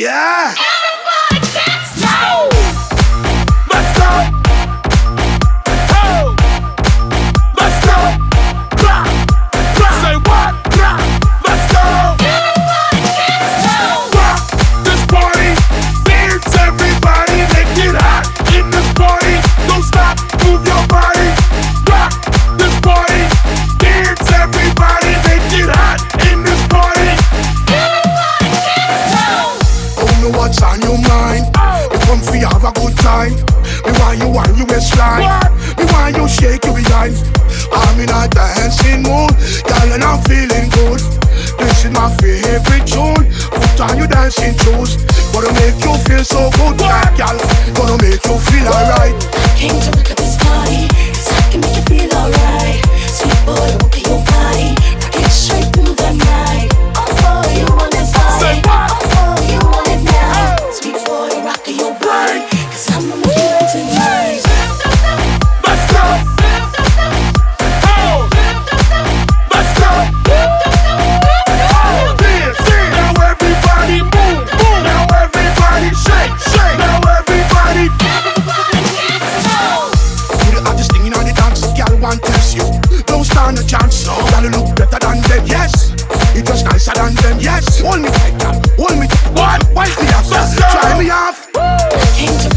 Yeah! Everybody dance now! Let's go! Oh! Let's go! Blah! Blah! Say what? Blah! Let's go! Everybody dance now! Rock this party! Dance everybody! Make it hot in this party! Don't stop! Move your body! Rock this party! Dance everybody! Make it hot in this party! Everybody dance now! Don't know what's Oh, on your mind. Oh! We come for you have a good time. Me want you want you waistline. What? Me want you shake your behind. I'm in a dancing mood, girl, and I'm feeling good. This is my favorite tune. Put on your dancing shoes. Gonna make you feel so good, girl. Gonna make you feel alright. Came to rock at this party, 'cause I can make you feel alright. Sweet boy, rock your body, rock it straight through the night. All for you on this Say body, what? all for Oh, you on it now. Sweet boy, rock your body, 'cause I'ma make you wait tonight. Let's go! Oh! Let's go! Dance, dance. Now everybody move, move. Now everybody shake, shake. Now everybody Everybody dance now! Put the hottest thing in the dance, girl, want test you. Don't stand a chance, no. Gotta look better than them, yes. You just nicer than them, yes. Hold me tight, girl. Hold me tight. What? Wipe me off, Let's go. try me off. Came to